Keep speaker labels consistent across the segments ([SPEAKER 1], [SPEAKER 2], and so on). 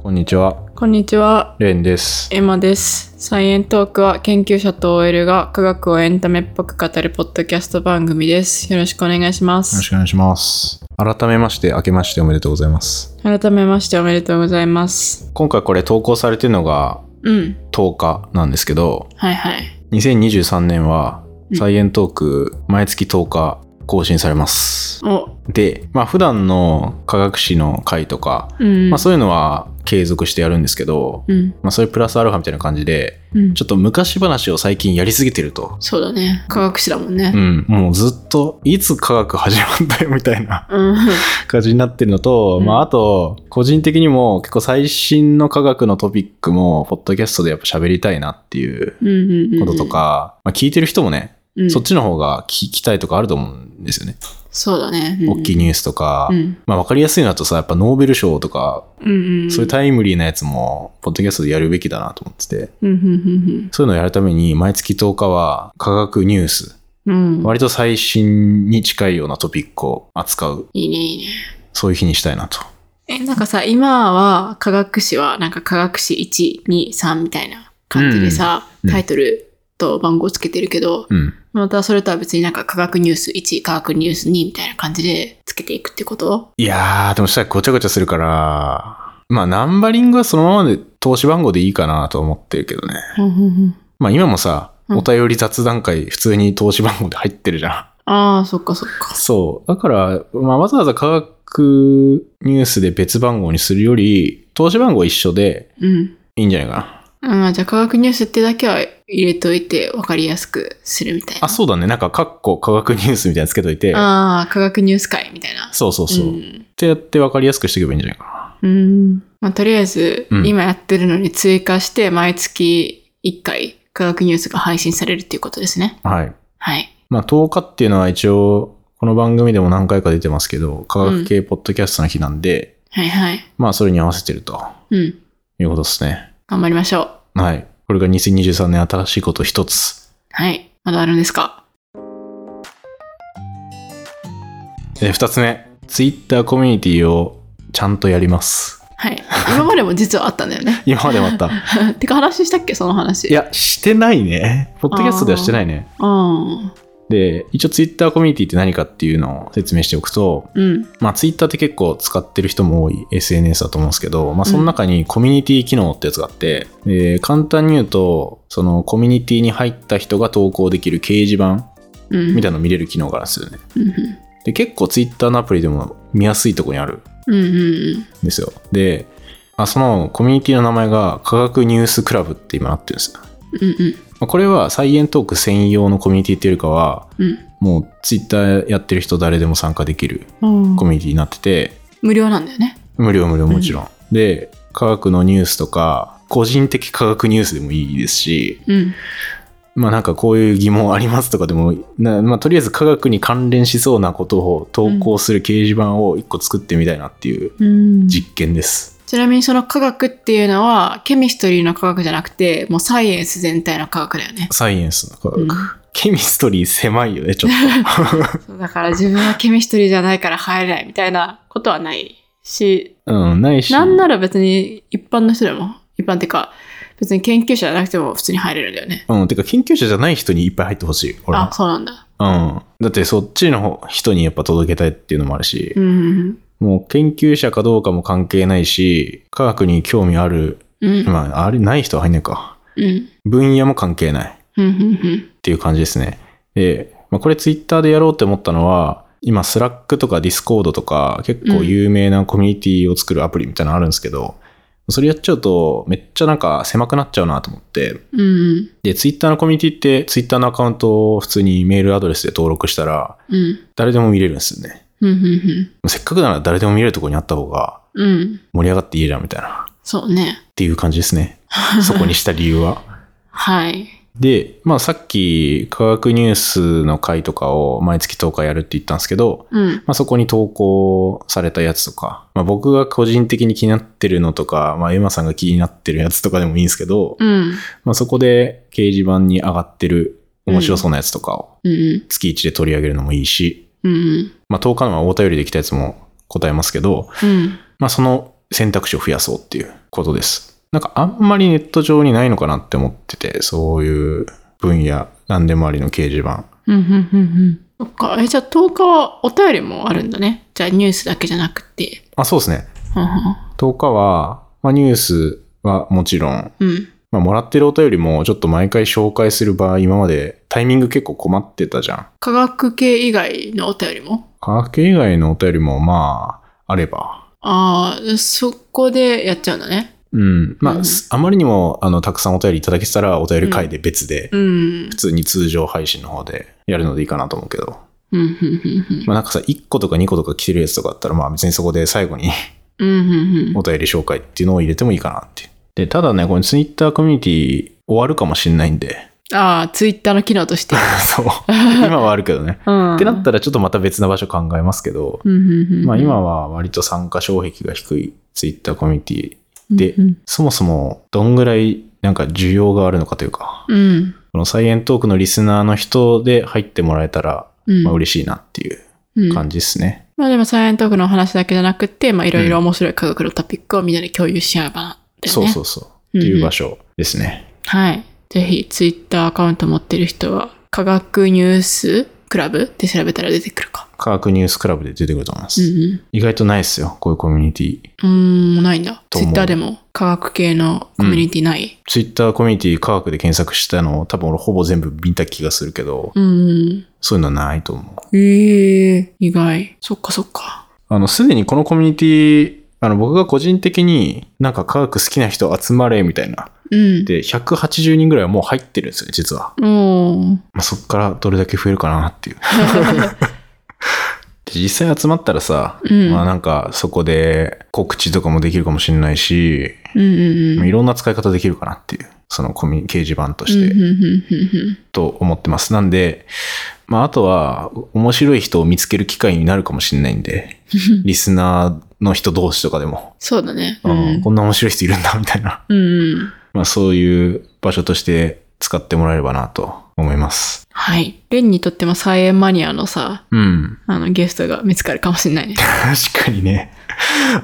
[SPEAKER 1] こんにちは、
[SPEAKER 2] こんにちは、
[SPEAKER 1] レンです。
[SPEAKER 2] エマです。サイエントークは研究者と OL が科学をエンタメっぽく語るポッドキャスト番組です。よろしくお願いしま
[SPEAKER 1] よろし
[SPEAKER 2] す。
[SPEAKER 1] くお願いします。改めまして、明けましておめでとうございます。
[SPEAKER 2] 改めましておめでとうございます。
[SPEAKER 1] 今回これ投稿されてるのが
[SPEAKER 2] うん。
[SPEAKER 1] 10日なんですけど、
[SPEAKER 2] はいはい。
[SPEAKER 1] 2023年は
[SPEAKER 2] うん
[SPEAKER 1] サイエントーク毎月10日更新されます。
[SPEAKER 2] お、
[SPEAKER 1] で、まあ普段の科学誌の回とか、
[SPEAKER 2] うん。
[SPEAKER 1] まあそういうのは継続してやるんですけど、
[SPEAKER 2] うん。
[SPEAKER 1] まあそれプラスアルファみたいな感じで、
[SPEAKER 2] うん。
[SPEAKER 1] ちょっと昔話を最近やりすぎてると。
[SPEAKER 2] そうだね。科学史だもん
[SPEAKER 1] う
[SPEAKER 2] ね。
[SPEAKER 1] ん、もうずっといつ科学始まったよみたいな
[SPEAKER 2] うん。
[SPEAKER 1] 感じになってるのと、
[SPEAKER 2] うん
[SPEAKER 1] まああと個人的にも結構最新の科学のトピックもポッドキャストでやっぱ喋りたいなっていう
[SPEAKER 2] うんうんうんうん。
[SPEAKER 1] こととか、まあ、聞いてる人もね、
[SPEAKER 2] うん、
[SPEAKER 1] そっちの方が聞きたいとかあると思うんですよね、
[SPEAKER 2] そうだね。うん
[SPEAKER 1] 大きいニュースとか、
[SPEAKER 2] うん。
[SPEAKER 1] まあ、分かりやすいのだとさやっぱノーベル賞とか、
[SPEAKER 2] うんうん。
[SPEAKER 1] そういうタイムリーなやつもポッドキャストでやるべきだなと思ってて
[SPEAKER 2] うんうん
[SPEAKER 1] そういうのをやるために毎月10日は科学ニュース
[SPEAKER 2] うんうん。うん。
[SPEAKER 1] 割と最新に近いようなトピックを扱う
[SPEAKER 2] いいねいいね。
[SPEAKER 1] そういう日にしたいなと。
[SPEAKER 2] え、なんかさ、今は科学誌は、なんか科学誌1、2、3みたいな感じでさ、
[SPEAKER 1] うんうん
[SPEAKER 2] タイトルと番号つけてるけど、
[SPEAKER 1] うん
[SPEAKER 2] またそれとは別になんか科学ニュース1、科学ニュース2みたいな感じでつけていくってこと
[SPEAKER 1] いやー、でもしたらごちゃごちゃするから、まあナンバリングはそのままで投資番号でいいかなと思ってるけどね。まあ今もさ、
[SPEAKER 2] うん
[SPEAKER 1] お便り雑談会普通に投資番号で入ってるじゃん。
[SPEAKER 2] ああ、そっかそっか。
[SPEAKER 1] そう。だから、まあわざわざ科学ニュースで別番号にするより、投資番号一緒で
[SPEAKER 2] うん。
[SPEAKER 1] いいんじゃないかな。
[SPEAKER 2] あーじゃあ科学ニュースってだけは入れといて分かりやすくするみたいな。
[SPEAKER 1] あ、そうだね。なんか、カッコ科学ニュースみたいなのつけといて、
[SPEAKER 2] あー科学ニュース会みたいな。
[SPEAKER 1] そうそうそう。っ
[SPEAKER 2] ん
[SPEAKER 1] てやって分かりやすくしていけばいいんじゃないかな。
[SPEAKER 2] うん。まあ、とりあえず、
[SPEAKER 1] うん
[SPEAKER 2] 今やってるのに追加して、毎月1回、科学ニュースが配信されるっていうことですね。
[SPEAKER 1] はい。
[SPEAKER 2] はい。
[SPEAKER 1] まあ、10日っていうのは一応、この番組でも何回か出てますけど、科学系ポッドキャストの日なんで、
[SPEAKER 2] はいはい。
[SPEAKER 1] まあ、それに合わせてると
[SPEAKER 2] うん。
[SPEAKER 1] いうことですね。
[SPEAKER 2] 頑張りましょう。
[SPEAKER 1] はい。これが2023年新しいこと一つ。
[SPEAKER 2] はい。まだあるんですか
[SPEAKER 1] えー、二つ目。Twitter コミュニティをちゃんとやります。。
[SPEAKER 2] はい。今までも実はあったんだよね
[SPEAKER 1] 今までもあった。
[SPEAKER 2] てか話したっけその話。
[SPEAKER 1] い。や、してないね。ポッドキャストではしてないね。
[SPEAKER 2] うん。
[SPEAKER 1] で、一応 Twitter コミュニティって何かっていうのを説明しておくと、
[SPEAKER 2] うん。
[SPEAKER 1] まあ Twitter って結構使ってる人も多い SNS だと思うんですけど、まあその中にコミュニティ機能ってやつがあって、で簡単に言うと、そのコミュニティに入った人が投稿できる掲示板
[SPEAKER 2] うん。
[SPEAKER 1] みたいなの見れる機能があるんですよね。
[SPEAKER 2] うん
[SPEAKER 1] で結構 Twitter のアプリでも見やすいとこにあるん
[SPEAKER 2] うん。うんうん
[SPEAKER 1] ですよで、まあ、そのコミュニティの名前が科学ニュースクラブって今なってるんですよま
[SPEAKER 2] うん。うんうん。
[SPEAKER 1] あこれはサイエントーク専用のコミュニティっていうよりかは
[SPEAKER 2] うん
[SPEAKER 1] もう Twitter やってる人誰でも参加できる
[SPEAKER 2] うん
[SPEAKER 1] コミュニティになってて
[SPEAKER 2] 無料なんだよね。
[SPEAKER 1] 無料無料もちろん、で科学のニュースとか個人的科学ニュースでもいいですし
[SPEAKER 2] うん。
[SPEAKER 1] まあなんかこういう疑問ありますとかでもな、まあ、とりあえず科学に関連しそうなことを投稿する掲示板を一個作ってみたいなっていう
[SPEAKER 2] うん。ち
[SPEAKER 1] 実験です。
[SPEAKER 2] なみにその科学っていうのは、ケミストリーの科学じゃなくて、もうサイエンス全体の科学だよね。
[SPEAKER 1] サイエンスの科学。
[SPEAKER 2] うん
[SPEAKER 1] ケミストリー狭いよね、ちょっ
[SPEAKER 2] そうだから自分はケミストリーじゃないから入れないみたいなことはないし、
[SPEAKER 1] と。うん、ないし。
[SPEAKER 2] なんなら別に一般の人でも、一般っていうか、別に研究者じゃなくても普通に入れるんだよね。
[SPEAKER 1] うん、てか研究者じゃない人にいっぱい入ってほしい。俺
[SPEAKER 2] あ
[SPEAKER 1] は、
[SPEAKER 2] そうなんだ。
[SPEAKER 1] うん。だってそっちの方人にやっぱ届けたいっていうのもあるし、
[SPEAKER 2] うん。
[SPEAKER 1] もう研究者かどうかも関係ないし、科学に興味ある、
[SPEAKER 2] うん。うん。
[SPEAKER 1] まあ、あれない人は入んないか。
[SPEAKER 2] うん。
[SPEAKER 1] 分野も関係ないっ
[SPEAKER 2] うん。うん。
[SPEAKER 1] ていう感じですね。で、まあ、これツイッターでやろうって思ったのは、今、スラックとかディスコードとか、結構有名なコミュニティを作るアプリみたいなのあるんですけど、それやっちゃうと、めっちゃなんか狭くなっちゃうなと思って、
[SPEAKER 2] うん。
[SPEAKER 1] で、ツイッターのコミュニティって、ツイッターのアカウントを普通にメールアドレスで登録したら、
[SPEAKER 2] うん。
[SPEAKER 1] 誰でも見れるんですよね。
[SPEAKER 2] うん。うん。
[SPEAKER 1] せっかくなら誰でも見れるところにあった方が
[SPEAKER 2] うん。
[SPEAKER 1] 盛り上がっていいじゃんみたいな、っ
[SPEAKER 2] そうね。
[SPEAKER 1] ていう感じですね。そこにした理由は。
[SPEAKER 2] はい。
[SPEAKER 1] で、まあさっき科学ニュースの回とかを毎月10日やるって言ったんですけど、
[SPEAKER 2] うん。
[SPEAKER 1] まあそこに投稿されたやつとか、まあ僕が個人的に気になってるのとか、まあエマさんが気になってるやつとかでもいいんですけど、
[SPEAKER 2] うん。
[SPEAKER 1] まあそこで掲示板に上がってる面白そうなやつとかを
[SPEAKER 2] うん。
[SPEAKER 1] 月1で取り上げるのもいいし、
[SPEAKER 2] うん。
[SPEAKER 1] まあ、10日のはお便りできたやつも答えますけど、
[SPEAKER 2] うん。
[SPEAKER 1] まあ、その選択肢を増やそうっていうことです。なんかあんまりネット上にないのかなって思ってて、そういう分野、何でもありの掲示板。
[SPEAKER 2] うんうんうんうん。そっか。え、じゃあ10日はお便りもあるんだね。じゃあニュースだけじゃなくて。
[SPEAKER 1] あ、そうですね。
[SPEAKER 2] はんは
[SPEAKER 1] 10日は、まあ、ニュースはもちろん、
[SPEAKER 2] んうん。
[SPEAKER 1] まあ、もらってるお便りもちょっと毎回紹介する場合、今までタイミング結構困ってたじゃん。
[SPEAKER 2] 科学系以外のお便りも
[SPEAKER 1] 科学系以外のお便りもまあ、あれば。
[SPEAKER 2] ああ、そこでやっちゃうんだね。
[SPEAKER 1] うん。まあ、
[SPEAKER 2] うん
[SPEAKER 1] すあまりにも、あの、たくさんお便りいただけてたら、お便り会で別で、
[SPEAKER 2] うん
[SPEAKER 1] 普。通に通常配信の方でやるのでいいかなと思うけど。
[SPEAKER 2] うん、うん、うん
[SPEAKER 1] まあ、なんかさ、1個とか2個とか来てるやつとかあったら、まあ別にそこで最後に
[SPEAKER 2] うん。うん、うん、う
[SPEAKER 1] お
[SPEAKER 2] ん。
[SPEAKER 1] 便り紹介っていうのを入れてもいいかなっていう。で、ただね、このツイッターコミュニティ終わるかもしんないんで、
[SPEAKER 2] ああ、ツイッターの機能として。
[SPEAKER 1] そう。今はあるけどね。
[SPEAKER 2] うん。
[SPEAKER 1] ってなったらちょっとまた別な場所考えますけど、
[SPEAKER 2] うん、うん、うん。
[SPEAKER 1] まあ今は割と参加障壁が低いツイッターコミュニティで
[SPEAKER 2] うん
[SPEAKER 1] そもそもどんぐらいなんか需要があるのかというか、
[SPEAKER 2] うん。
[SPEAKER 1] このサイエントークのリスナーの人で入ってもらえたら、
[SPEAKER 2] うん。
[SPEAKER 1] まあ嬉しいなっていう
[SPEAKER 2] うん
[SPEAKER 1] 感じですね。
[SPEAKER 2] まあでもサイエントークのお話だけじゃなくて、まあいろいろ面白い科学のトピックをみんなで共有し合う場だよね。
[SPEAKER 1] そうそうそう。っていう場所ですね。
[SPEAKER 2] はい。ぜひ、ツイッターアカウント持ってる人は、科学ニュースクラブで調べたら出てくるか。
[SPEAKER 1] 科学ニュースクラブで出てくると思いま
[SPEAKER 2] う
[SPEAKER 1] す。
[SPEAKER 2] ん
[SPEAKER 1] 意外とないですよ、こういうコミュニティ。
[SPEAKER 2] うん。うーん、ないんだ。
[SPEAKER 1] と
[SPEAKER 2] ツイ
[SPEAKER 1] 思う
[SPEAKER 2] ッターでも科学系のコミュニティない。
[SPEAKER 1] ツイッターコミュニティ科学で検索したのを多分俺ほぼ全部見た気がするけど、
[SPEAKER 2] うん。
[SPEAKER 1] そういうのはないと思う。
[SPEAKER 2] ええ意外。そっかそっか。
[SPEAKER 1] あの、すでにこのコミュニティ、あの、僕が個人的になんか科学好きな人集まれみたいな。
[SPEAKER 2] うん。
[SPEAKER 1] で、180人ぐらいはもう入ってるんですよね、実は。
[SPEAKER 2] おー
[SPEAKER 1] まあ、そっからどれだけ増えるかなっていう。で実際集まったらさ、
[SPEAKER 2] うん
[SPEAKER 1] まあなんかそこで告知とかもできるかもしれないし、
[SPEAKER 2] うんうん
[SPEAKER 1] まあ
[SPEAKER 2] うん。
[SPEAKER 1] いろんな使い方できるかなっていう、そのコミュニ掲示板として。
[SPEAKER 2] うんうんうんうんうん
[SPEAKER 1] と思ってます。なんで、まあ、あとは、面白い人を見つける機会になるかもしれないんで、リスナーの人同士とかでも、
[SPEAKER 2] そうだね。う。
[SPEAKER 1] うんんこんな面白い人いるんだ、みたいな。
[SPEAKER 2] うんうん。
[SPEAKER 1] まあ、そういう場所として使ってもらえればなと思います。
[SPEAKER 2] はい。レンにとってもサイエンマニアのさ、
[SPEAKER 1] うん。
[SPEAKER 2] あの、ゲストが見つかるかもしれないね。
[SPEAKER 1] 確かにね。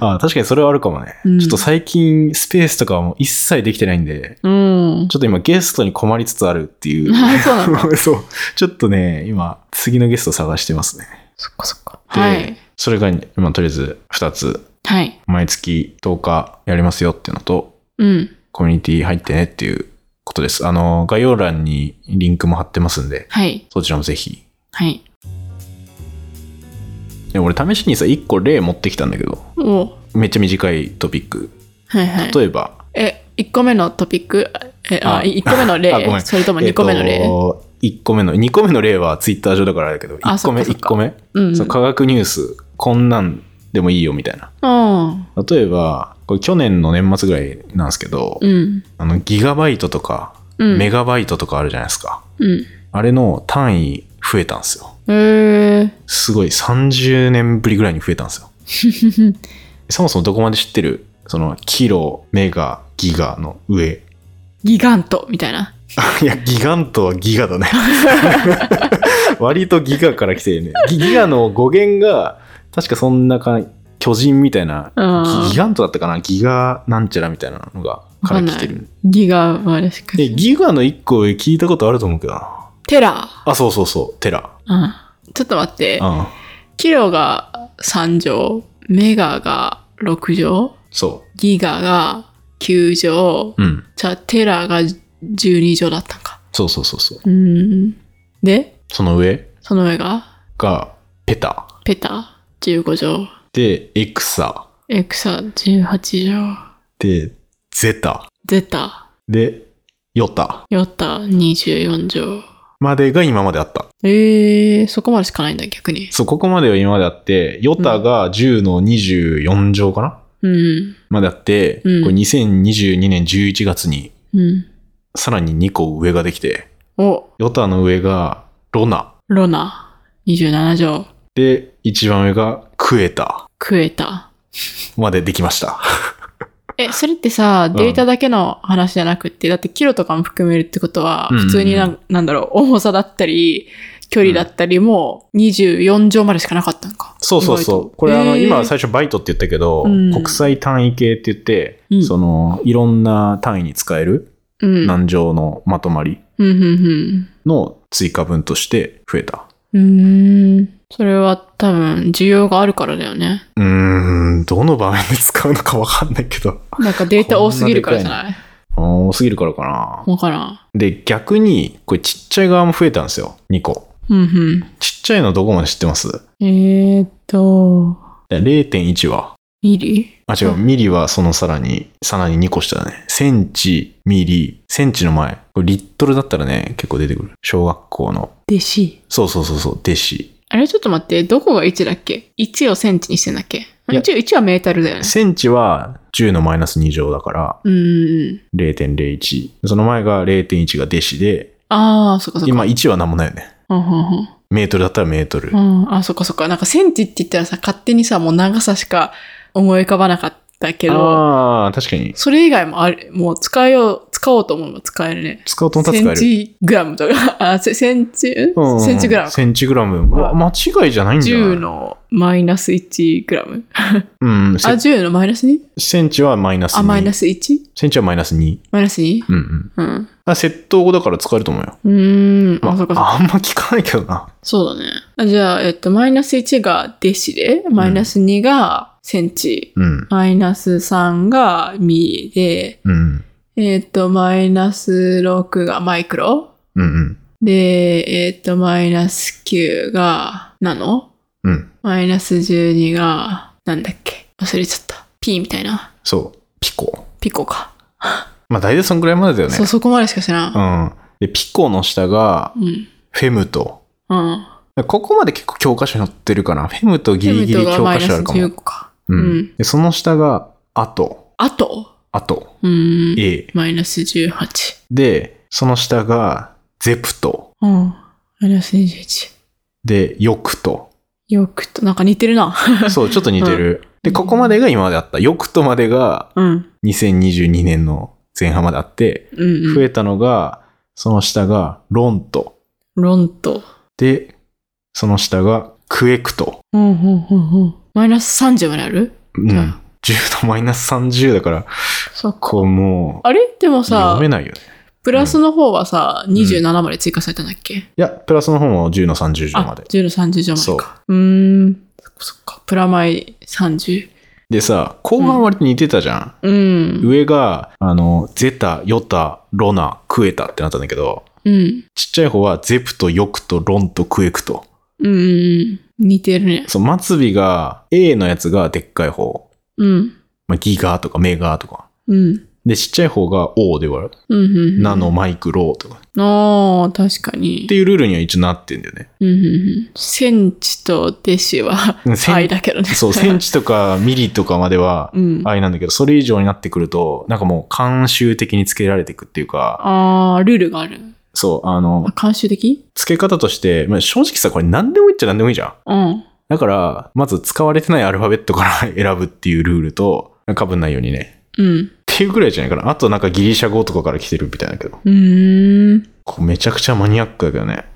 [SPEAKER 1] あ確かにそれはあるかもね。
[SPEAKER 2] うん
[SPEAKER 1] ちょっと最近、スペースとかはもう一切できてないんで、
[SPEAKER 2] うん。
[SPEAKER 1] ちょっと今ゲストに困りつつあるって いう。
[SPEAKER 2] あそうなん
[SPEAKER 1] そう。ちょっとね、今、次のゲスト探してますね。
[SPEAKER 2] そっかそっか。
[SPEAKER 1] で、
[SPEAKER 2] はい。
[SPEAKER 1] それが、まあ、とりあえず2つ、
[SPEAKER 2] はい。
[SPEAKER 1] 毎月10日やりますよっていうのと、
[SPEAKER 2] うん。
[SPEAKER 1] コミュニティ入ってねっていうことです。あの、概要欄にリンクも貼ってますんで、
[SPEAKER 2] はい。
[SPEAKER 1] そちらもぜひ。
[SPEAKER 2] はい。
[SPEAKER 1] で俺、試しにさ、1個例持ってきたんだけど、
[SPEAKER 2] お
[SPEAKER 1] めっちゃ短いトピック。
[SPEAKER 2] はいはい。
[SPEAKER 1] 例えば、
[SPEAKER 2] え、1個目のトピック、え、あ、
[SPEAKER 1] あ
[SPEAKER 2] 1個目の
[SPEAKER 1] あごめ
[SPEAKER 2] 例、
[SPEAKER 1] ん
[SPEAKER 2] それとも2個目の例、
[SPEAKER 1] 1個目の、2個目の例はツイッター上だからあれだけど、
[SPEAKER 2] あ
[SPEAKER 1] 1個目、
[SPEAKER 2] そっ
[SPEAKER 1] 1
[SPEAKER 2] か
[SPEAKER 1] 個
[SPEAKER 2] そっ
[SPEAKER 1] 目、
[SPEAKER 2] うん。
[SPEAKER 1] その科学ニュース、こんなんでもいいよみたいな。
[SPEAKER 2] うん。
[SPEAKER 1] 例えば、これ去年の年末ぐらいなんですけど、
[SPEAKER 2] うん。
[SPEAKER 1] あのギガバイトとか、
[SPEAKER 2] うん
[SPEAKER 1] メガバイトとかあるじゃないですか。
[SPEAKER 2] うん。
[SPEAKER 1] あれの単位増えたんですよ。
[SPEAKER 2] え
[SPEAKER 1] すごい30年ぶりぐらいに増えたんです よ。
[SPEAKER 2] ー。
[SPEAKER 1] そもそもどこまで知ってるそのキロ、メガ、ギガの上。
[SPEAKER 2] ギガントみたいな。
[SPEAKER 1] いや、ギガントはギガだね。 割とギガから来てるね。ギギガの語源が、確かそんなか巨人みたいな、
[SPEAKER 2] うん
[SPEAKER 1] ギギガントだったかなギガなんちゃらみたいなのがから来てる。
[SPEAKER 2] ギガはあれしか
[SPEAKER 1] で、ギガの1個上聞いたことあると思うけどな。
[SPEAKER 2] テラ
[SPEAKER 1] あ、そうそうそう、テラ。
[SPEAKER 2] うん。ちょっと待って
[SPEAKER 1] う。ん。
[SPEAKER 2] キロが3乗、メガが6乗、
[SPEAKER 1] そ
[SPEAKER 2] ギガが9乗、
[SPEAKER 1] う。うん。
[SPEAKER 2] じゃあテラが12乗だったんか。
[SPEAKER 1] そうそうそうそう。
[SPEAKER 2] うん。で、
[SPEAKER 1] その上
[SPEAKER 2] その上が
[SPEAKER 1] が、ペタ。
[SPEAKER 2] ペタ15乗、
[SPEAKER 1] で、エクサ。
[SPEAKER 2] エクサ18乗、
[SPEAKER 1] で、ゼタ。
[SPEAKER 2] ゼタ、
[SPEAKER 1] で、ヨタ。
[SPEAKER 2] ヨタ24乗。
[SPEAKER 1] までが今まであった。
[SPEAKER 2] えー、そこまでしかないんだ、逆に。
[SPEAKER 1] そう、ここまでは今まであって、ヨタが10の24乗かな、
[SPEAKER 2] うん。
[SPEAKER 1] まであって、
[SPEAKER 2] うん
[SPEAKER 1] これ2022年11月に、
[SPEAKER 2] うん。
[SPEAKER 1] さらに2個上ができて、
[SPEAKER 2] お、
[SPEAKER 1] ヨタの上がロナ。
[SPEAKER 2] ロナ27乗、
[SPEAKER 1] で、一番上がクエタ
[SPEAKER 2] クエタ。
[SPEAKER 1] までできました。
[SPEAKER 2] え、それってさ、データだけの話じゃなくて、だってキロとかも含めるってことは、
[SPEAKER 1] うんうんうん
[SPEAKER 2] 普通になん、なんだろう、重さだったり、距離だったりも24乗までしかなかったんか。
[SPEAKER 1] そうそう
[SPEAKER 2] 意
[SPEAKER 1] そ
[SPEAKER 2] 外
[SPEAKER 1] う。
[SPEAKER 2] と
[SPEAKER 1] これ、あの、
[SPEAKER 2] へー
[SPEAKER 1] 今最初バイトって言ったけど、
[SPEAKER 2] うん
[SPEAKER 1] 国際単位系って言って、
[SPEAKER 2] うん
[SPEAKER 1] その、いろんな単位に使える
[SPEAKER 2] うん。
[SPEAKER 1] 難乗のまとまり
[SPEAKER 2] うん、うん、
[SPEAKER 1] の追加分として増えた。
[SPEAKER 2] うん。うーん。それは多分、需要があるからだよね。
[SPEAKER 1] うーん、どの場面で使うのかわかんないけど。
[SPEAKER 2] なんかデータ多すぎるからじゃない
[SPEAKER 1] 多すぎるからかな。
[SPEAKER 2] わからん。
[SPEAKER 1] で、逆に、これちっちゃい側も増えたんですよ。2個。
[SPEAKER 2] うん、
[SPEAKER 1] ちっちゃいのどこまで知ってます
[SPEAKER 2] うん。えーっと、
[SPEAKER 1] ?0.1 は。
[SPEAKER 2] ミリ
[SPEAKER 1] あ、違う。ミリはそのさらに、さらに2個下だね。センチ、ミリ、センチの前。これリットルだったらね、結構出てくる。小学校の。
[SPEAKER 2] 弟子。
[SPEAKER 1] そうそうそうそう、弟子。
[SPEAKER 2] あれちょっと待って、どこが1だっけ ?1 をセンチにしてんだっけ
[SPEAKER 1] いや
[SPEAKER 2] 一応1はメータルだよね。
[SPEAKER 1] センチは10のマイナス2乗だから、
[SPEAKER 2] うんうん。
[SPEAKER 1] 0.01。その前が0.1が弟子で、
[SPEAKER 2] ああ、そっかそっか。
[SPEAKER 1] 今1は何もないよね。
[SPEAKER 2] うんうんうん
[SPEAKER 1] メートルだったらメートル。
[SPEAKER 2] うん、あ、そっかそっか。なんかセンチって言ったらさ、勝手にさ、もう長さしか思い浮かばなかったけど、
[SPEAKER 1] ああ、確かに。
[SPEAKER 2] それ以外もあれ、もう使えよう、使おうと思えば使えるね。
[SPEAKER 1] 使おうと思った
[SPEAKER 2] セ
[SPEAKER 1] ら使
[SPEAKER 2] ン
[SPEAKER 1] える。
[SPEAKER 2] チグラムとか、あ、セセンチ、
[SPEAKER 1] うん
[SPEAKER 2] んセンチグラム。
[SPEAKER 1] センチグラム。まあ間違いじゃないんじゃない
[SPEAKER 2] 10。のマイナス1グラム。
[SPEAKER 1] うん。
[SPEAKER 2] あ、
[SPEAKER 1] セ
[SPEAKER 2] 10のマイナス 2?
[SPEAKER 1] センチはマイナス2。
[SPEAKER 2] あ、マイナス 1?
[SPEAKER 1] センチはマイナス2。
[SPEAKER 2] マイナス 2?
[SPEAKER 1] うんうん。
[SPEAKER 2] うん。
[SPEAKER 1] あ、窃盗語だから使えると思うよ。
[SPEAKER 2] うーん。
[SPEAKER 1] ま
[SPEAKER 2] あ、
[SPEAKER 1] あ、
[SPEAKER 2] そっかそっか。
[SPEAKER 1] あんま聞かないけどな。
[SPEAKER 2] そうだね。あじゃあ、えっと、マイナス1がデシで、マイナス2がセンチ、
[SPEAKER 1] うん。
[SPEAKER 2] マイナス3がミリで、
[SPEAKER 1] うん。
[SPEAKER 2] えっと、マイナス6がマイクロ。
[SPEAKER 1] うんうん。
[SPEAKER 2] で、えっと、マイナス9がナノ。
[SPEAKER 1] うん。
[SPEAKER 2] マイナス12が、なんだっけ忘れちゃった。P みたいな。
[SPEAKER 1] そう。ピコ。
[SPEAKER 2] ピコか。
[SPEAKER 1] まあ大体そんぐらいまでだよね。
[SPEAKER 2] そう、そこまでしか知ら。
[SPEAKER 1] うんん。で、ピコの下が
[SPEAKER 2] うん。
[SPEAKER 1] フェムと。
[SPEAKER 2] うん。
[SPEAKER 1] ここまで結構教科書に載ってるかな。フェムとギリギリ
[SPEAKER 2] ヘムト
[SPEAKER 1] 教
[SPEAKER 2] がマ
[SPEAKER 1] 科
[SPEAKER 2] イナ
[SPEAKER 1] 書あ
[SPEAKER 2] ス
[SPEAKER 1] るかも
[SPEAKER 2] 15。か。
[SPEAKER 1] う
[SPEAKER 2] うん
[SPEAKER 1] ん。で、その下が、あと、
[SPEAKER 2] あと、
[SPEAKER 1] あと、
[SPEAKER 2] うーん。
[SPEAKER 1] A。
[SPEAKER 2] マイナス18。
[SPEAKER 1] で、その下が、ゼプト。
[SPEAKER 2] うん。マイナス21。
[SPEAKER 1] で、ヨクト。
[SPEAKER 2] よくと、なんか似てるな。
[SPEAKER 1] そう、ちょっと似てる。で、ここまでが今まであった。ヨクトまでが
[SPEAKER 2] うん。
[SPEAKER 1] 2022年の前半まであって、
[SPEAKER 2] うん、うん。
[SPEAKER 1] 増えたのが、その下がロント。
[SPEAKER 2] ロンと。
[SPEAKER 1] で、その下がクエクト。
[SPEAKER 2] うん、うん、うん、うん。マイナス30まである
[SPEAKER 1] うん。
[SPEAKER 2] じゃ
[SPEAKER 1] 10
[SPEAKER 2] あ
[SPEAKER 1] のマイナス30だから、
[SPEAKER 2] そっ
[SPEAKER 1] こ
[SPEAKER 2] か。
[SPEAKER 1] うもう、
[SPEAKER 2] あれでもさ
[SPEAKER 1] 読め、ないよね。
[SPEAKER 2] プラスの方はさ、27まで追加されたんだっけ、
[SPEAKER 1] いや、プラスの方も10の30乗ま
[SPEAKER 2] あ
[SPEAKER 1] で、。
[SPEAKER 2] 10の30じゃま
[SPEAKER 1] そう
[SPEAKER 2] でか。うーん。そっかそっか。プラマイ30。
[SPEAKER 1] でさ、後半割と似てたじゃん。
[SPEAKER 2] うん。
[SPEAKER 1] 上が、あの、ゼタ、ヨタ、ロナ、クエタってなったんだけど、
[SPEAKER 2] うん。
[SPEAKER 1] ちっちゃい方はゼプト、ヨクト、ロント、クエクト。
[SPEAKER 2] うんうん。似てるね。
[SPEAKER 1] そう、末尾が、A のやつがでっかい方。
[SPEAKER 2] うん。
[SPEAKER 1] まあ、ギガとかメガとか。
[SPEAKER 2] うん。
[SPEAKER 1] で、ちっちゃい方が O で割る。
[SPEAKER 2] うん、うんうん。
[SPEAKER 1] ナノ、マイク、ロとか。っ
[SPEAKER 2] ああ、確かに
[SPEAKER 1] て。いうルールには一応なってんだよね。
[SPEAKER 2] うんうんうんセンチと弟子は
[SPEAKER 1] うんセン
[SPEAKER 2] 愛だけどね。
[SPEAKER 1] そう、センチとかミリとかまでは
[SPEAKER 2] う、ん。
[SPEAKER 1] あれなんだけど、それ以上になってくると、なんかもう慣習的につけられていくっていうか、
[SPEAKER 2] ああ、ルールがある。
[SPEAKER 1] そう、あの
[SPEAKER 2] あ、慣習的
[SPEAKER 1] 付け方として、まあ、正直さ、これ何でもいいっちゃ何でもいいじゃん。
[SPEAKER 2] うん。
[SPEAKER 1] だから、まず使われてないアルファベットから 選ぶっていうルールと、かぶんないようにね。
[SPEAKER 2] うん。
[SPEAKER 1] っていうくらいじゃないかな。あとなんかギリシャ語とかから来てるみたいだけど。
[SPEAKER 2] うーん。
[SPEAKER 1] こうめちゃくちゃマニアックだけどね。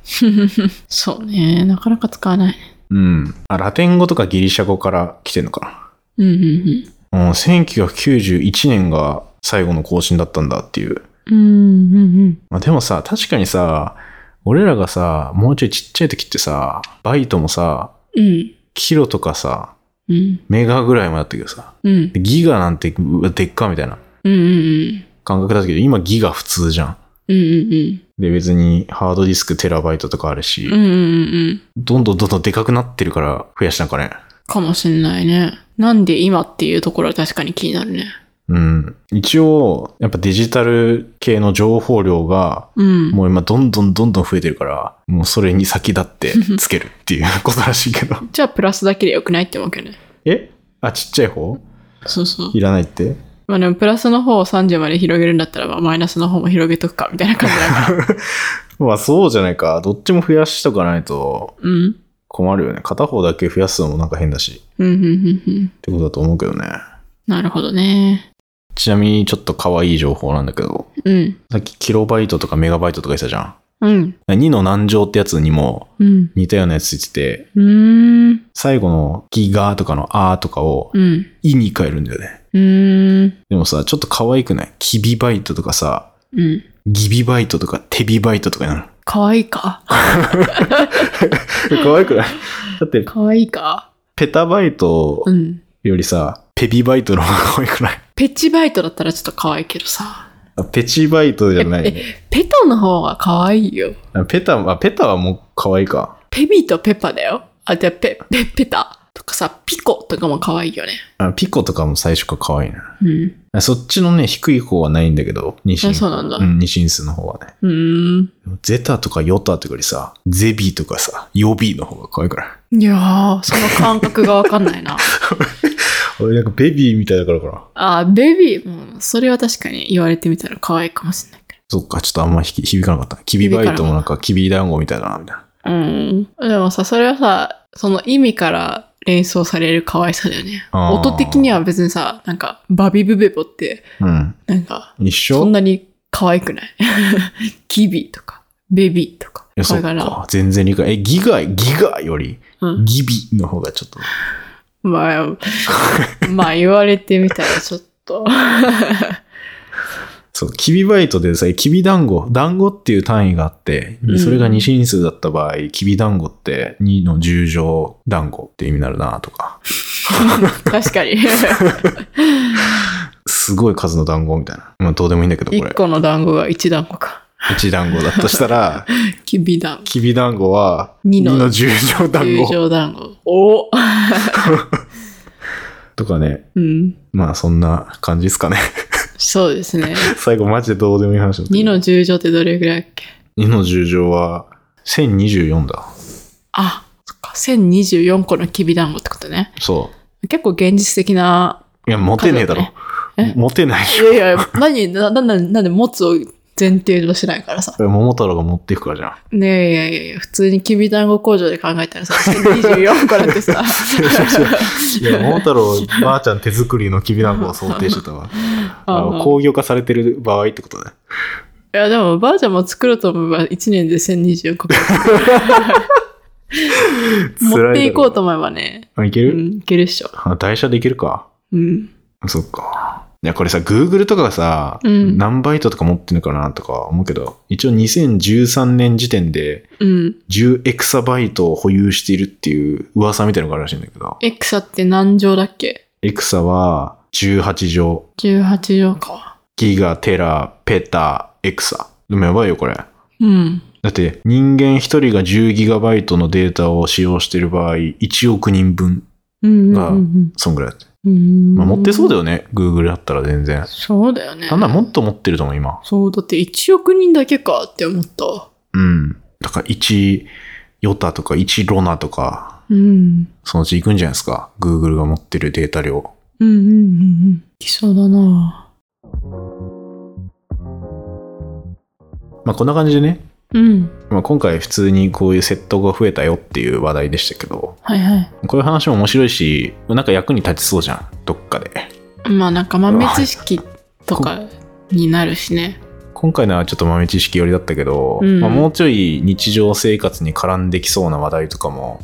[SPEAKER 2] そうね。なかなか使わない。
[SPEAKER 1] うん。あ、ラテン語とかギリシャ語から来てんのか
[SPEAKER 2] うんうん
[SPEAKER 1] な。うん、1991年が最後の更新だったんだっていう。
[SPEAKER 2] うん。うんうんうん。
[SPEAKER 1] まあ、でもさ、確かにさ、俺らがさ、もうちょいちっちゃい時ってさ、バイトもさ、
[SPEAKER 2] うん。
[SPEAKER 1] キロとかさ、
[SPEAKER 2] うん。
[SPEAKER 1] メガぐらいまでだったけどさ、
[SPEAKER 2] うん。
[SPEAKER 1] ギガなんてうわでっかみたいな
[SPEAKER 2] うんうん
[SPEAKER 1] 感覚だったけど、今ギガ普通じゃん。
[SPEAKER 2] うん。うんうん
[SPEAKER 1] で、別にハードディスクテラバイトとかあるし、
[SPEAKER 2] うん。うんうんうん。
[SPEAKER 1] どんどんどんどんでかくなってるから増やしたんかね。
[SPEAKER 2] かもしんないね。なんで今っていうところは確かに気になるね。
[SPEAKER 1] うん。一応、やっぱデジタル系の情報量が、
[SPEAKER 2] うん。
[SPEAKER 1] もう今どんどんどんどん増えてるから、もうそれに先立 ってつけるっていうことらしいけど。
[SPEAKER 2] じゃあプラスだけでよくないってわけね。
[SPEAKER 1] えあ、ちっちゃい方
[SPEAKER 2] そうそう。
[SPEAKER 1] いらないって
[SPEAKER 2] まあでもプラスの方を30まで広げるんだったらまあマイナスの方も広げとくかみたいな感じだから。
[SPEAKER 1] まあそうじゃないか。どっちも増やしとかないと
[SPEAKER 2] うん。
[SPEAKER 1] 困るよね。片方だけ増やすのもなんか変だし、
[SPEAKER 2] うん、うん、うん、うん。
[SPEAKER 1] ってことだと思うけどね。
[SPEAKER 2] なるほどね。
[SPEAKER 1] ちなみにちょっと可愛い情報なんだけど、
[SPEAKER 2] うん。
[SPEAKER 1] さっきキロバイトとかメガバイトとか言ってたじゃん。
[SPEAKER 2] うん。
[SPEAKER 1] 2の何乗ってやつにも
[SPEAKER 2] うん。
[SPEAKER 1] 似たようなやつついてて、
[SPEAKER 2] うーん。
[SPEAKER 1] 最後のギガとかのあーとかを
[SPEAKER 2] うん。
[SPEAKER 1] 意に変えるんだよね。
[SPEAKER 2] うーん。
[SPEAKER 1] でもさ、ちょっと可愛くないキビバイトとかさ、
[SPEAKER 2] うん。
[SPEAKER 1] ギビバイトとかテビバイトとかに な
[SPEAKER 2] かわいいか。
[SPEAKER 1] る。可愛くないだって、
[SPEAKER 2] かわいいか。
[SPEAKER 1] ペタバイト
[SPEAKER 2] うん。
[SPEAKER 1] よりさ、ペビバイトの方が可愛くない
[SPEAKER 2] ペチバイトだったらちょっとかわいいけどさ。
[SPEAKER 1] あペチバイトじゃ ない、ね。
[SPEAKER 2] ペタの方がかわいいよ。
[SPEAKER 1] あペタ、あ、ペタはもう可愛いか。
[SPEAKER 2] ペビとペパだよ。あ、じゃあペ、ペ、ペタとかさ、ピコとかもかわいいよね。
[SPEAKER 1] あピコとかも最初から可愛いな。
[SPEAKER 2] うん。
[SPEAKER 1] あそっちのね、低い方はないんだけど、ニシ
[SPEAKER 2] あ
[SPEAKER 1] ン。
[SPEAKER 2] そうなんだ。
[SPEAKER 1] う、
[SPEAKER 2] うん
[SPEAKER 1] ニシン数の方はね。
[SPEAKER 2] ーん。
[SPEAKER 1] でもゼタとかヨタとかよりさ、ゼビーとかさ、ヨビーの方が可愛くない
[SPEAKER 2] いやー、その感覚がわかんないな。
[SPEAKER 1] 俺なんかベビーみたいだからかな。
[SPEAKER 2] あ、ベビー、うん、それは確かに言われてみたら可愛いかもしれないけ
[SPEAKER 1] そっか、ちょっとあんまひき響かなかった。キビバイトもなんかキビ団子みたいだな、みたいな。
[SPEAKER 2] ど。うん。でもさ、それはさ、その意味から連想される可愛さだよね。
[SPEAKER 1] あー
[SPEAKER 2] 音的には別にさ、なんか、バビブベボって、なんか、
[SPEAKER 1] うん。一
[SPEAKER 2] そ
[SPEAKER 1] 緒
[SPEAKER 2] んなに可愛くない キビとか、ベビーとか。
[SPEAKER 1] いや、
[SPEAKER 2] こ
[SPEAKER 1] そ
[SPEAKER 2] れ
[SPEAKER 1] っ
[SPEAKER 2] から、
[SPEAKER 1] か。全然理解。え、ギガ、ギガより、
[SPEAKER 2] うん
[SPEAKER 1] ギビの方がちょっと。
[SPEAKER 2] まあ、まあ言われてみたらちょっ と。
[SPEAKER 1] そう、キビバイトでさ、キビ団子、団子っていう単位があって、
[SPEAKER 2] うん
[SPEAKER 1] それが二進数だった場合、キビ団子って2の10乗団子って意味になるなとか、
[SPEAKER 2] 確かに。
[SPEAKER 1] すごい数の団子みたいな。まあどうでもいいんだけど、これ
[SPEAKER 2] 一。個の団子が一団子か。
[SPEAKER 1] 1団子だとした ら、
[SPEAKER 2] きび団子。
[SPEAKER 1] キビ団子は2
[SPEAKER 2] 二
[SPEAKER 1] の
[SPEAKER 2] の
[SPEAKER 1] 10乗団
[SPEAKER 2] 友
[SPEAKER 1] 子
[SPEAKER 2] 情団子。お
[SPEAKER 1] とかね。
[SPEAKER 2] うん。
[SPEAKER 1] まあそんな感じですかね。
[SPEAKER 2] そうですね。
[SPEAKER 1] 最後マジでどうでもいい話だったけ
[SPEAKER 2] 2
[SPEAKER 1] ど。
[SPEAKER 2] の十乗ってどれぐらいだっけ
[SPEAKER 1] 2の10乗は1024だ。
[SPEAKER 2] あ、そっか。1024個のきび団子ってことね。
[SPEAKER 1] そ
[SPEAKER 2] 結構現実的な。
[SPEAKER 1] う。いや、モテねえだろ。
[SPEAKER 2] 数だねえ
[SPEAKER 1] モテない
[SPEAKER 2] いやいや、何、な、な、ななんで持つを前提としないからさ。
[SPEAKER 1] よ。桃太郎が持っていくからじゃん。
[SPEAKER 2] ねえ、いやいやいや、普通にきび団子工場で考えたらさ、1024個なんてさ。
[SPEAKER 1] いや、桃太郎、ばあちゃん手作りのきびだんごを想定してたわ。あ
[SPEAKER 2] あ
[SPEAKER 1] の
[SPEAKER 2] あ
[SPEAKER 1] 工業化されてる場合ってことね。
[SPEAKER 2] いや、でも、ばあちゃんも作ろうと思えば、1年で1024個。持っていこうと
[SPEAKER 1] 思
[SPEAKER 2] 思えばね、
[SPEAKER 1] う。あ、いけ
[SPEAKER 2] う
[SPEAKER 1] る、
[SPEAKER 2] ん、いけるっしょ。
[SPEAKER 1] あ台車でいけるか。
[SPEAKER 2] うん。
[SPEAKER 1] そっか。いや、これさ、Google とかがさ、
[SPEAKER 2] うん
[SPEAKER 1] 何バイトとか持ってるのかなとか思うけど、一応2013年時点で
[SPEAKER 2] うん。
[SPEAKER 1] 10エクサバイトを保有しているっていう噂みたいのがあるらしいんだけど、
[SPEAKER 2] エクサって何乗だっけ
[SPEAKER 1] エクサは18乗、
[SPEAKER 2] ?18 乗か。
[SPEAKER 1] ギガ、テラ、ペタ、エクサ。でもやばいよ、これ。
[SPEAKER 2] うん。
[SPEAKER 1] だって人間一人が 10GB のデータを使用している場合1億人分
[SPEAKER 2] うんうん
[SPEAKER 1] まあ
[SPEAKER 2] うん
[SPEAKER 1] そんぐらいだって、
[SPEAKER 2] うん。
[SPEAKER 1] まあ、持ってそうだ
[SPEAKER 2] よ。
[SPEAKER 1] よね Google だったら全然
[SPEAKER 2] そうだよね。
[SPEAKER 1] なんならもっと持ってると思う今
[SPEAKER 2] そう、だって1億人だけかって思ったわ。
[SPEAKER 1] うんだから1ヨタとか1ロナとか
[SPEAKER 2] うん。
[SPEAKER 1] そのうち行くんじゃないですか Google が持ってるデータ量
[SPEAKER 2] うんうんうんうん。いきそうだな
[SPEAKER 1] まあこんな感じでね、
[SPEAKER 2] うん。
[SPEAKER 1] まあ、今回普通にこういうセットが増えたよっていう話題でしたけど
[SPEAKER 2] はいはい。
[SPEAKER 1] こういう話も面白いしなんか役に立ちそうじゃんどっかで
[SPEAKER 2] まあ、なんか豆知識とかになるしね。
[SPEAKER 1] 今回のはちょっと豆知識寄りだったけど、
[SPEAKER 2] うん
[SPEAKER 1] まあ、もうちょい日常生活に絡んできそうな話題とかも、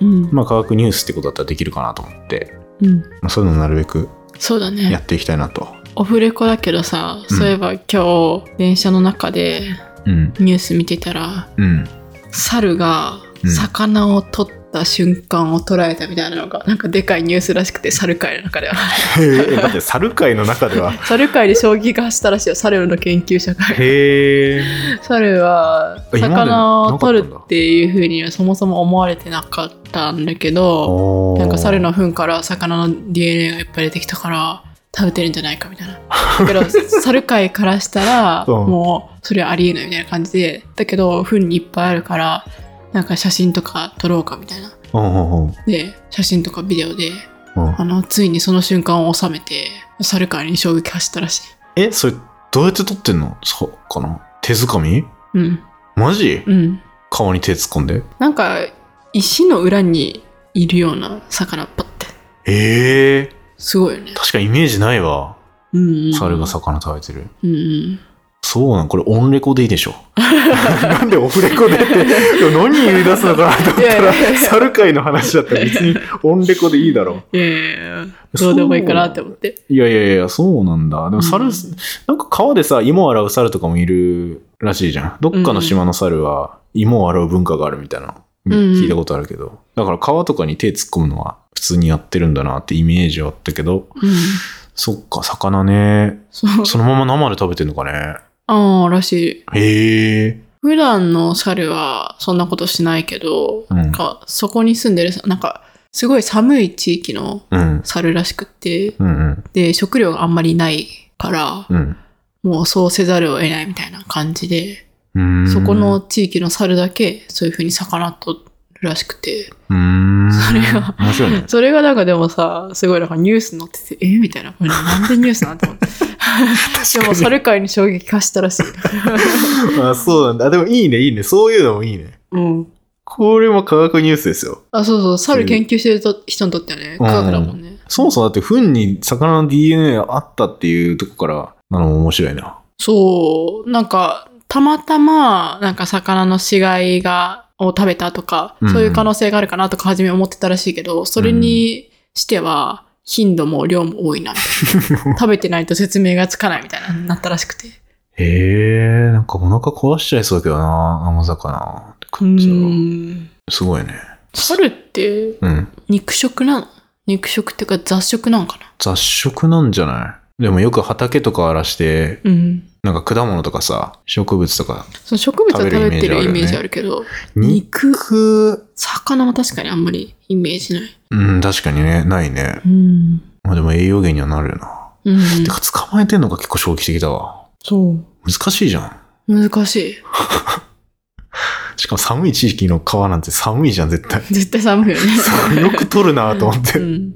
[SPEAKER 2] うん。
[SPEAKER 1] まあ、科学ニュースってことだったらできるかなと思って、
[SPEAKER 2] うん。
[SPEAKER 1] まあ、そういうのをなるべく
[SPEAKER 2] そうだね。
[SPEAKER 1] やっていきたいなと。
[SPEAKER 2] オフレコだけどさ、
[SPEAKER 1] うん
[SPEAKER 2] そういえば今日電車の中で
[SPEAKER 1] うん。
[SPEAKER 2] ニュース見てたら
[SPEAKER 1] うん。
[SPEAKER 2] 猿が
[SPEAKER 1] うん
[SPEAKER 2] 魚を取った瞬間を捉えたみたいなのが、なんかでかいニュースらしくて猿界の中では
[SPEAKER 1] えだって、猿界の中では、
[SPEAKER 2] 猿界で将棋が走ったらしいよ猿の研究者会
[SPEAKER 1] へえ。
[SPEAKER 2] 猿は
[SPEAKER 1] あ今まで
[SPEAKER 2] 魚を取
[SPEAKER 1] な
[SPEAKER 2] る
[SPEAKER 1] かったんだ
[SPEAKER 2] っていうふうにはそもそも思われてなかったんだけど
[SPEAKER 1] おー
[SPEAKER 2] なんか猿の糞から魚の DNA がいっぱい出てきたから食べてるんじゃないかみた いな。だけど猿界からしたら
[SPEAKER 1] うん
[SPEAKER 2] もうそれはありえないみたいな感じでだけど糞にいっぱいあるからなんか写真とか撮ろうかみたいな。
[SPEAKER 1] うんうんうん
[SPEAKER 2] で写真とかビデオで
[SPEAKER 1] うん
[SPEAKER 2] あのついにその瞬間を収めて猿界に衝撃走ったらしい。
[SPEAKER 1] え、それ、どうやって撮ってんのそうかな。手づかみ
[SPEAKER 2] うん
[SPEAKER 1] マジ
[SPEAKER 2] うん。
[SPEAKER 1] 顔に手突っ込んで。
[SPEAKER 2] なんか石の裏にいるような魚パって
[SPEAKER 1] ええ。
[SPEAKER 2] すごいよね。
[SPEAKER 1] 確かにイメージないわ。
[SPEAKER 2] うんうん、
[SPEAKER 1] 猿が魚食べてる。
[SPEAKER 2] うんうん。
[SPEAKER 1] そうなんこれオンレコでいいでしょ。 なんでオフレコでって、でも何言い出すのかなと思った
[SPEAKER 2] いや
[SPEAKER 1] ら
[SPEAKER 2] いやいや、
[SPEAKER 1] 猿界の話だったら別にオンレコでいいだろう。
[SPEAKER 2] いやいやいやどうでもいいかなって思って。
[SPEAKER 1] いやいやいや、そうなんだ。でも猿、
[SPEAKER 2] うん
[SPEAKER 1] なんか川でさ、芋を洗う猿とかもいるらしいじゃん。どっかの島の猿は芋を洗う文化があるみたいなの
[SPEAKER 2] うん
[SPEAKER 1] 聞いたことあるけど。だから川とかに手突っ込むのは普通にやってるんだなってイメージはあったけど、
[SPEAKER 2] うん。
[SPEAKER 1] そっか、魚ね。
[SPEAKER 2] そう。
[SPEAKER 1] そのまま生で食べてんのかね。
[SPEAKER 2] ああ、らしい。
[SPEAKER 1] へえ。
[SPEAKER 2] 普段の猿はそんなことしないけど、
[SPEAKER 1] うん
[SPEAKER 2] なんかそこに住んでる、なんかすごい寒い地域の
[SPEAKER 1] うん。
[SPEAKER 2] 猿らしくって、
[SPEAKER 1] うんうん。
[SPEAKER 2] で、食料があんまりないから、
[SPEAKER 1] うん
[SPEAKER 2] もうそうせざるを得ないみたいな感じで、
[SPEAKER 1] うーん。
[SPEAKER 2] そこの地域の猿だけそういう風に魚とるらしくて、
[SPEAKER 1] うーん。
[SPEAKER 2] それが
[SPEAKER 1] 面白いね。
[SPEAKER 2] それがなんかでもさ、すごいなんかニュースになってて、えみたいな。これなんでニュースなんて 思って。でも猿界に衝撃化したらしい。
[SPEAKER 1] あ、そうなんだ。あでもいいね、いいね。そういうのもいいね。
[SPEAKER 2] うん。
[SPEAKER 1] これも科学ニュースですよ。
[SPEAKER 2] あ、そうそう、猿研究してると人にとってはね、科学だもんね。
[SPEAKER 1] そもそもだって、糞に魚の DNA があったっていうとこから、あの、面白いな。
[SPEAKER 2] そう、なんか、たまたま、なんか魚の死骸が、を食べたとか
[SPEAKER 1] う、ん
[SPEAKER 2] そういう可能性があるかなとか、初め思ってたらしいけど、それにしては、頻度も量も多いな、みた いな。食べてないと説明がつかないみたいな、なったらしくて。
[SPEAKER 1] へえー、なんかお腹壊しちゃいそうだけどな、生魚。
[SPEAKER 2] うーん。
[SPEAKER 1] すごいね。
[SPEAKER 2] 猿って、
[SPEAKER 1] うん。
[SPEAKER 2] 肉食なの肉食っていうか雑食なのかな
[SPEAKER 1] 雑食なんじゃないでもよく畑とか荒らして、
[SPEAKER 2] うん。
[SPEAKER 1] なんか果物とかさ、植物とか。
[SPEAKER 2] その植物は食べてるイ
[SPEAKER 1] 食べる
[SPEAKER 2] メ
[SPEAKER 1] イメー
[SPEAKER 2] ージ
[SPEAKER 1] ジ
[SPEAKER 2] あ
[SPEAKER 1] あ
[SPEAKER 2] るけど、
[SPEAKER 1] 肉
[SPEAKER 2] 魚は確かにあんまりイメージない。
[SPEAKER 1] うん、確かにね、ないね。
[SPEAKER 2] うん。
[SPEAKER 1] まあでも栄養源にはなるよな。
[SPEAKER 2] うん。
[SPEAKER 1] てか捕まえてんのが結構衝撃的だわ。
[SPEAKER 2] そう。
[SPEAKER 1] 難しいじゃん。
[SPEAKER 2] 難しい。
[SPEAKER 1] しかも寒い地域の川なんて寒いじゃん、絶対。
[SPEAKER 2] 絶対寒いよね。
[SPEAKER 1] よく取るなと思って
[SPEAKER 2] う。ん。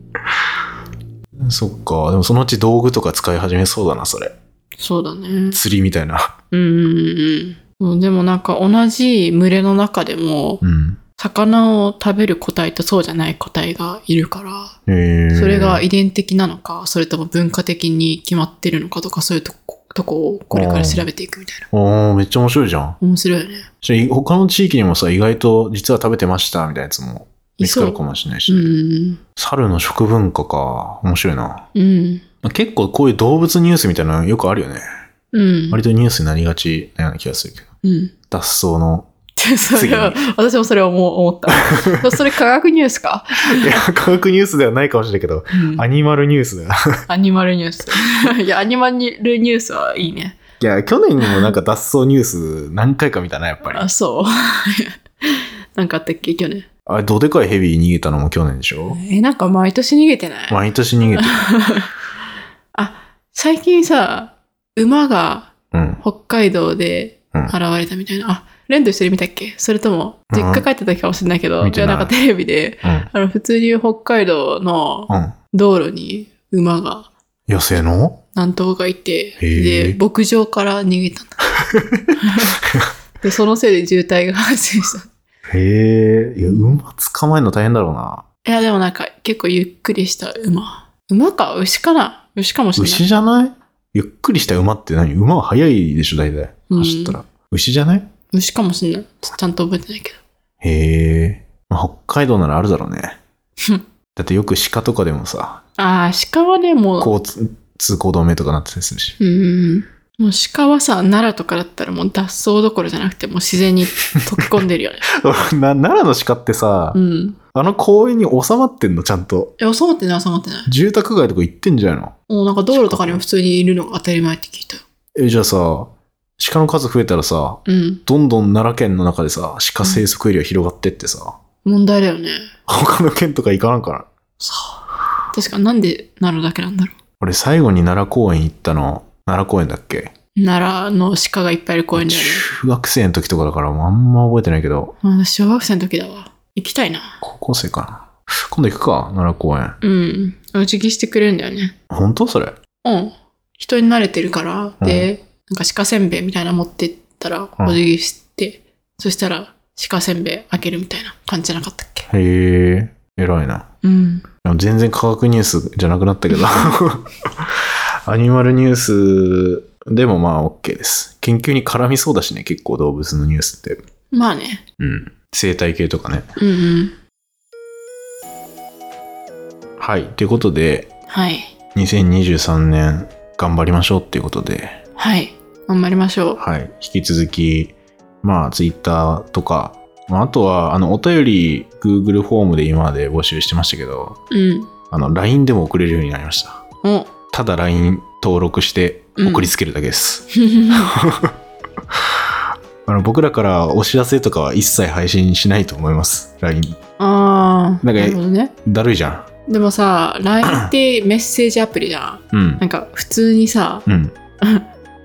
[SPEAKER 1] そっか。でもそのうち道具とか使い始めそうだな、それ。
[SPEAKER 2] そうだね。
[SPEAKER 1] 釣りみたいな。
[SPEAKER 2] うんうんうんうん。でもなんか同じ群れの中でも、
[SPEAKER 1] うん。
[SPEAKER 2] 魚を食べる個体とそうじゃない個体がいるから、
[SPEAKER 1] へえ。
[SPEAKER 2] それが遺伝的なのか、それとも文化的に決まってるのかとか、そういうとことこをこれから調べていくみたいな。
[SPEAKER 1] おー、めっちゃ面白いじゃん。
[SPEAKER 2] 面白いよね。
[SPEAKER 1] じゃあ他の地域にもさ、意外と実は食べてました、みたいなやつも見つかるかもしれないし。
[SPEAKER 2] うんうん
[SPEAKER 1] 猿の食文化か。面白いな。
[SPEAKER 2] うん。うん。
[SPEAKER 1] まあ結構こういう動物ニュースみたいなのよくあるよね。
[SPEAKER 2] うん。
[SPEAKER 1] 割とニュースになりがちなような気がするけど。
[SPEAKER 2] うん。
[SPEAKER 1] 脱走の。
[SPEAKER 2] それは、 私もそれを思う思った。それ科学ニュースか。
[SPEAKER 1] いや、科学ニュースではないかもしれないけど、
[SPEAKER 2] うん
[SPEAKER 1] アニマルニュースだよ。
[SPEAKER 2] アニマルニュース。 いや、アニマルニュースはいいね。
[SPEAKER 1] いや、去年にもなんか脱走ニュース何回か見たな、やっぱり
[SPEAKER 2] あ、。そう。 なんかあったっけ、去年。
[SPEAKER 1] あれ、どでかいヘビ逃げたのも去年でしょ、
[SPEAKER 2] え、なんか毎年逃げてない、
[SPEAKER 1] 毎年 逃げてる。
[SPEAKER 2] 最近さ、馬が
[SPEAKER 1] うん。
[SPEAKER 2] 北海道で
[SPEAKER 1] うん
[SPEAKER 2] 現れたみたいな。あ、レンドしてる見たっけそれとも、実家帰ってた時かもしれないけど、
[SPEAKER 1] 見
[SPEAKER 2] じ
[SPEAKER 1] て
[SPEAKER 2] ゃあ
[SPEAKER 1] ない
[SPEAKER 2] なんかテレビで、
[SPEAKER 1] うん。
[SPEAKER 2] あの、普通に北海道の
[SPEAKER 1] うん。
[SPEAKER 2] 道路に馬が
[SPEAKER 1] 野生の
[SPEAKER 2] 何頭かいて、
[SPEAKER 1] へ
[SPEAKER 2] で、
[SPEAKER 1] え
[SPEAKER 2] 牧場から逃げた んだ。で、そのせいで渋滞が発生した。
[SPEAKER 1] へえ。いや、馬捕まえるの大変だろうな。
[SPEAKER 2] いや、でもなんか結構ゆっくりした馬。馬か牛かな牛かもしれない。
[SPEAKER 1] 牛じゃないゆっくりした馬って何馬は速いでしょ、大体。
[SPEAKER 2] うん
[SPEAKER 1] 走ったら。牛じゃない
[SPEAKER 2] 牛かもしんない。ちちゃんと覚えてないけ
[SPEAKER 1] へえ。まあ北海道ならあるだろ うね
[SPEAKER 2] ん。
[SPEAKER 1] だってよく鹿とかでもさ、
[SPEAKER 2] ど。ああ、鹿はね、もう、
[SPEAKER 1] こうつ通行止めとかなってたりするし。
[SPEAKER 2] うん。もう鹿はさ、奈良とかだったらもう脱走どころじゃなくて、もう自然に溶け込んでるよね。
[SPEAKER 1] な奈良の鹿ってさ、
[SPEAKER 2] うん。
[SPEAKER 1] あの公園に収まってんの、ちゃんと。
[SPEAKER 2] え、収まってない、収まってない。
[SPEAKER 1] 住宅街とか行ってんじゃないの
[SPEAKER 2] もうなんか道路とかにも普通にいるのが当たり前って聞いたよ。
[SPEAKER 1] え、じゃあさ、鹿の数増えたらさ、
[SPEAKER 2] うん。
[SPEAKER 1] どんどん奈良県の中でさ、鹿生息エリア広がってってさ、
[SPEAKER 2] 問題だよね。
[SPEAKER 1] 他の県とか行かなんかな。
[SPEAKER 2] さあ。確かなんで奈良だけなんだろ
[SPEAKER 1] 俺最後に奈良公園行ったの、奈良公園だっけ
[SPEAKER 2] う。奈良の鹿がいっぱいいる公園だよね。
[SPEAKER 1] 中学生の時とかだからもうあんま覚えてないけど、
[SPEAKER 2] あ小学生の時だわ。行きたいな。
[SPEAKER 1] 高校生かな。今度行くか、奈良公園。
[SPEAKER 2] うん。お辞儀してくれるんだよね。
[SPEAKER 1] 本当それ。
[SPEAKER 2] うん。人に慣れてるから、で、なんか鹿せんべいみたいなの持ってったら、
[SPEAKER 1] うん
[SPEAKER 2] お辞儀して、そしたら鹿せんべい開けるみたいな感じじゃなかったっけ
[SPEAKER 1] へえ、偉いな。
[SPEAKER 2] うん。
[SPEAKER 1] でも 全然科学ニュースじゃなくなったけど、アニマルニュースでもまあ OK です。研究に絡みそうだしね、結構動物のニュースって。
[SPEAKER 2] まあね。
[SPEAKER 1] うん。生態系とかね。
[SPEAKER 2] うんうん。
[SPEAKER 1] はい。ということで、
[SPEAKER 2] はい。
[SPEAKER 1] 2023年頑張りましょうっていうことで、
[SPEAKER 2] はい。頑張りましょう。
[SPEAKER 1] はい。引き続き、まあ、ツイッターとか、まあ、あとは、あの、お便り、Google フォームで今まで募集してましたけど、
[SPEAKER 2] うん。
[SPEAKER 1] あの、LINE でも送れるようになりました。
[SPEAKER 2] お
[SPEAKER 1] ただ LINE 登録して送りつけるだけです。あの、僕らからお知らせとかは一切配信しないと思います。LINE。
[SPEAKER 2] ああ。
[SPEAKER 1] なんか
[SPEAKER 2] なるほどね。
[SPEAKER 1] だるいじゃ
[SPEAKER 2] でもさ、LINE ってメッセージアプリじゃん。
[SPEAKER 1] ん。うん
[SPEAKER 2] な。んか普通にさ、
[SPEAKER 1] うん。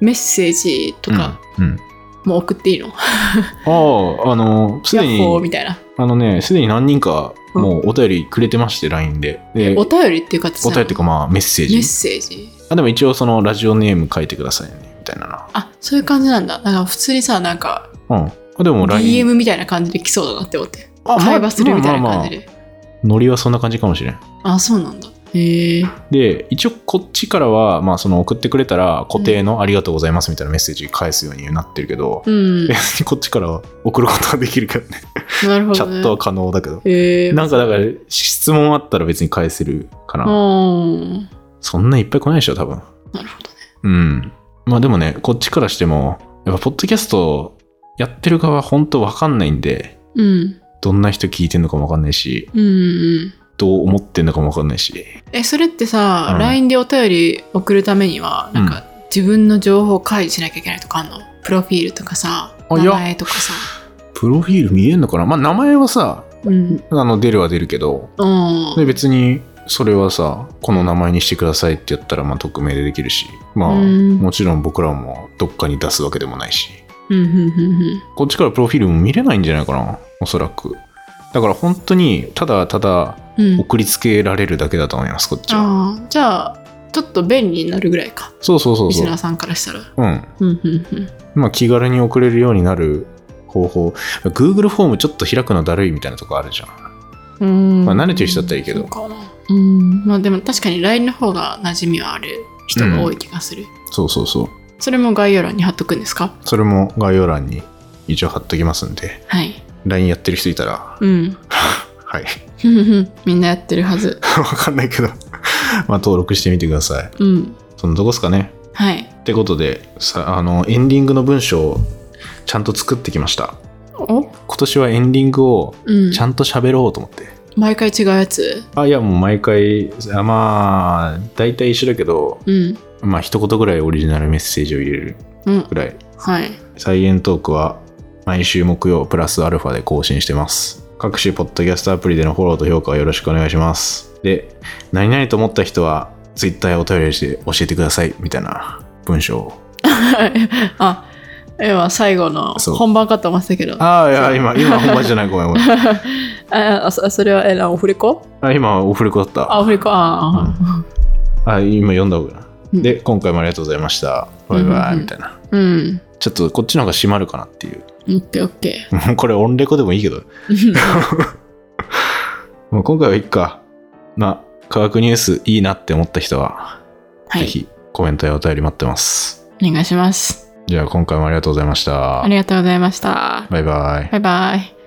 [SPEAKER 2] メッセージとか
[SPEAKER 1] うん。うん。
[SPEAKER 2] も送っていいの、
[SPEAKER 1] ああ、あの、す
[SPEAKER 2] ヤ
[SPEAKER 1] で
[SPEAKER 2] ッホーみ
[SPEAKER 1] に、
[SPEAKER 2] たいな。
[SPEAKER 1] あのね、すでに何人かもうお便りくれてまして、LINE で。で、
[SPEAKER 2] お便りっていう形
[SPEAKER 1] お
[SPEAKER 2] なの
[SPEAKER 1] 便りっていうかまあメッセー
[SPEAKER 2] メ
[SPEAKER 1] ジ
[SPEAKER 2] ッ。セージ。
[SPEAKER 1] あでも一応そのラジオネーム書いてくださいねみたいな
[SPEAKER 2] あ、そういう感じなんだ。なんか普通にさ、なんか
[SPEAKER 1] な。うん。あでも LINE。
[SPEAKER 2] DM みたいな感じで来そうだなって思って。
[SPEAKER 1] あまあ
[SPEAKER 2] 会話するみたいな
[SPEAKER 1] まあまあま
[SPEAKER 2] 感
[SPEAKER 1] あ
[SPEAKER 2] じで。
[SPEAKER 1] ノリはそんな感じかもしれん。
[SPEAKER 2] あ、そうなんだ。へえ。
[SPEAKER 1] で、一応こっちからは、まあその送ってくれたら固定のありがとうございますみたいなメッセージ返すようになってるけど、
[SPEAKER 2] うん。
[SPEAKER 1] 別 にこっちからは送ることはできるけどね。
[SPEAKER 2] なるほど、ね。
[SPEAKER 1] チャットは可能だけど。
[SPEAKER 2] へえ。
[SPEAKER 1] なんかだから質問あったら別に返せるか
[SPEAKER 2] う
[SPEAKER 1] な。
[SPEAKER 2] ん。
[SPEAKER 1] そんないっぱい来ないでしょ、多分。
[SPEAKER 2] なるほどね。
[SPEAKER 1] うん。まあでもね、こっちからしても、やっぱポッドキャストやってる側本当わかんないんで、
[SPEAKER 2] うん。
[SPEAKER 1] どんな人聞いてんのかもわかんないし、
[SPEAKER 2] うんうん。
[SPEAKER 1] どう思ってんのかもわかんないし。
[SPEAKER 2] え、それってさ、
[SPEAKER 1] うん
[SPEAKER 2] LINE でお便り送るためには、なんか自分の情報を開示しなきゃいけないとかあんのプロフィールとかさ、
[SPEAKER 1] あい
[SPEAKER 2] 名
[SPEAKER 1] や
[SPEAKER 2] 前とかさ。
[SPEAKER 1] プロフィール見えんのかなまあ名前はさ、
[SPEAKER 2] うん。
[SPEAKER 1] あの出るは出るけど、
[SPEAKER 2] うん。
[SPEAKER 1] で別にそれはさ、この名前にしてくださいってやったら、まあ匿名でできるし、まあ、
[SPEAKER 2] うん
[SPEAKER 1] もちろん僕らもどっかに出すわけでもないし、
[SPEAKER 2] うんうんうんうん。
[SPEAKER 1] こっちからプロフィールも見れないんじゃないかな、おそらく。だから本当にただただ
[SPEAKER 2] うん、
[SPEAKER 1] 送りつけられるだけだと思います、こっちは。
[SPEAKER 2] ああじゃあちょっと便利になるぐらいか
[SPEAKER 1] そうそうそう
[SPEAKER 2] リス
[SPEAKER 1] そ
[SPEAKER 2] ナー
[SPEAKER 1] う。
[SPEAKER 2] さんからしたら
[SPEAKER 1] うん。
[SPEAKER 2] うんうんうん
[SPEAKER 1] まあ気軽に送れるようになる方法。Google フォームちょっと開くのだるいみたいなとこあるじゃん。
[SPEAKER 2] うーん
[SPEAKER 1] まあ慣れてる人だったらいいけど
[SPEAKER 2] そうかなうんまあでも確かに LINE の方が馴染みはある人が多い気がする、
[SPEAKER 1] そうそうそう。
[SPEAKER 2] それも概要欄に貼っとくんですか
[SPEAKER 1] それも概要欄に一応貼っときますんで、
[SPEAKER 2] はい
[SPEAKER 1] LINE やってる人いたら、
[SPEAKER 2] うん
[SPEAKER 1] はい。
[SPEAKER 2] みんなやってるはず
[SPEAKER 1] わかんないけど、 まあ登録してみてください。
[SPEAKER 2] うん
[SPEAKER 1] そのとこですかね。
[SPEAKER 2] はい
[SPEAKER 1] ってことで、さあの、エンディングの文章をちゃんと作ってきました。
[SPEAKER 2] お
[SPEAKER 1] 今年はエンディングを
[SPEAKER 2] うん
[SPEAKER 1] ちゃんと喋ろうと思って。
[SPEAKER 2] 毎回違うやつ
[SPEAKER 1] あ、いや、もう毎回、あまあ、大体一緒だけど、
[SPEAKER 2] うん
[SPEAKER 1] まあ、一言ぐらいオリジナルメッセージを入れる
[SPEAKER 2] うん
[SPEAKER 1] ぐらい。
[SPEAKER 2] はい
[SPEAKER 1] サイエントークは毎週木曜プラスアルファで更新してます。各種ポッドキャストアプリでのフォローと評価をよろしくお願いします。で、何々と思った人は、ツイッターやお便りして教えてください、みたいな文章を。
[SPEAKER 2] あ要は最後の
[SPEAKER 1] そう
[SPEAKER 2] 本番かと思ってたけどあ
[SPEAKER 1] ああ、いや、今、今本番じゃない、ごめんごめん。
[SPEAKER 2] あそそれはえなオフレコ
[SPEAKER 1] あ今、オフレコだった。
[SPEAKER 2] あオフレコああ
[SPEAKER 1] あ、今読んだ方がいいな。
[SPEAKER 2] うん
[SPEAKER 1] で、今回もありがとうございました。バイバイ、みたいな。
[SPEAKER 2] うん
[SPEAKER 1] ちょっとこっちの方が締まるかなっていう。
[SPEAKER 2] オッケーオッケ
[SPEAKER 1] もうこれオンレコでもいいけど。
[SPEAKER 2] ー。
[SPEAKER 1] もう今回はいっか。まあ、科学ニュースいいなって思った人は、
[SPEAKER 2] は
[SPEAKER 1] ぜ
[SPEAKER 2] い。
[SPEAKER 1] ひコメントやお便り待ってます。
[SPEAKER 2] お願いします。
[SPEAKER 1] じゃあ今回もありがとうございました
[SPEAKER 2] あ。りがとうございました。
[SPEAKER 1] バイバイ。
[SPEAKER 2] バイバイ。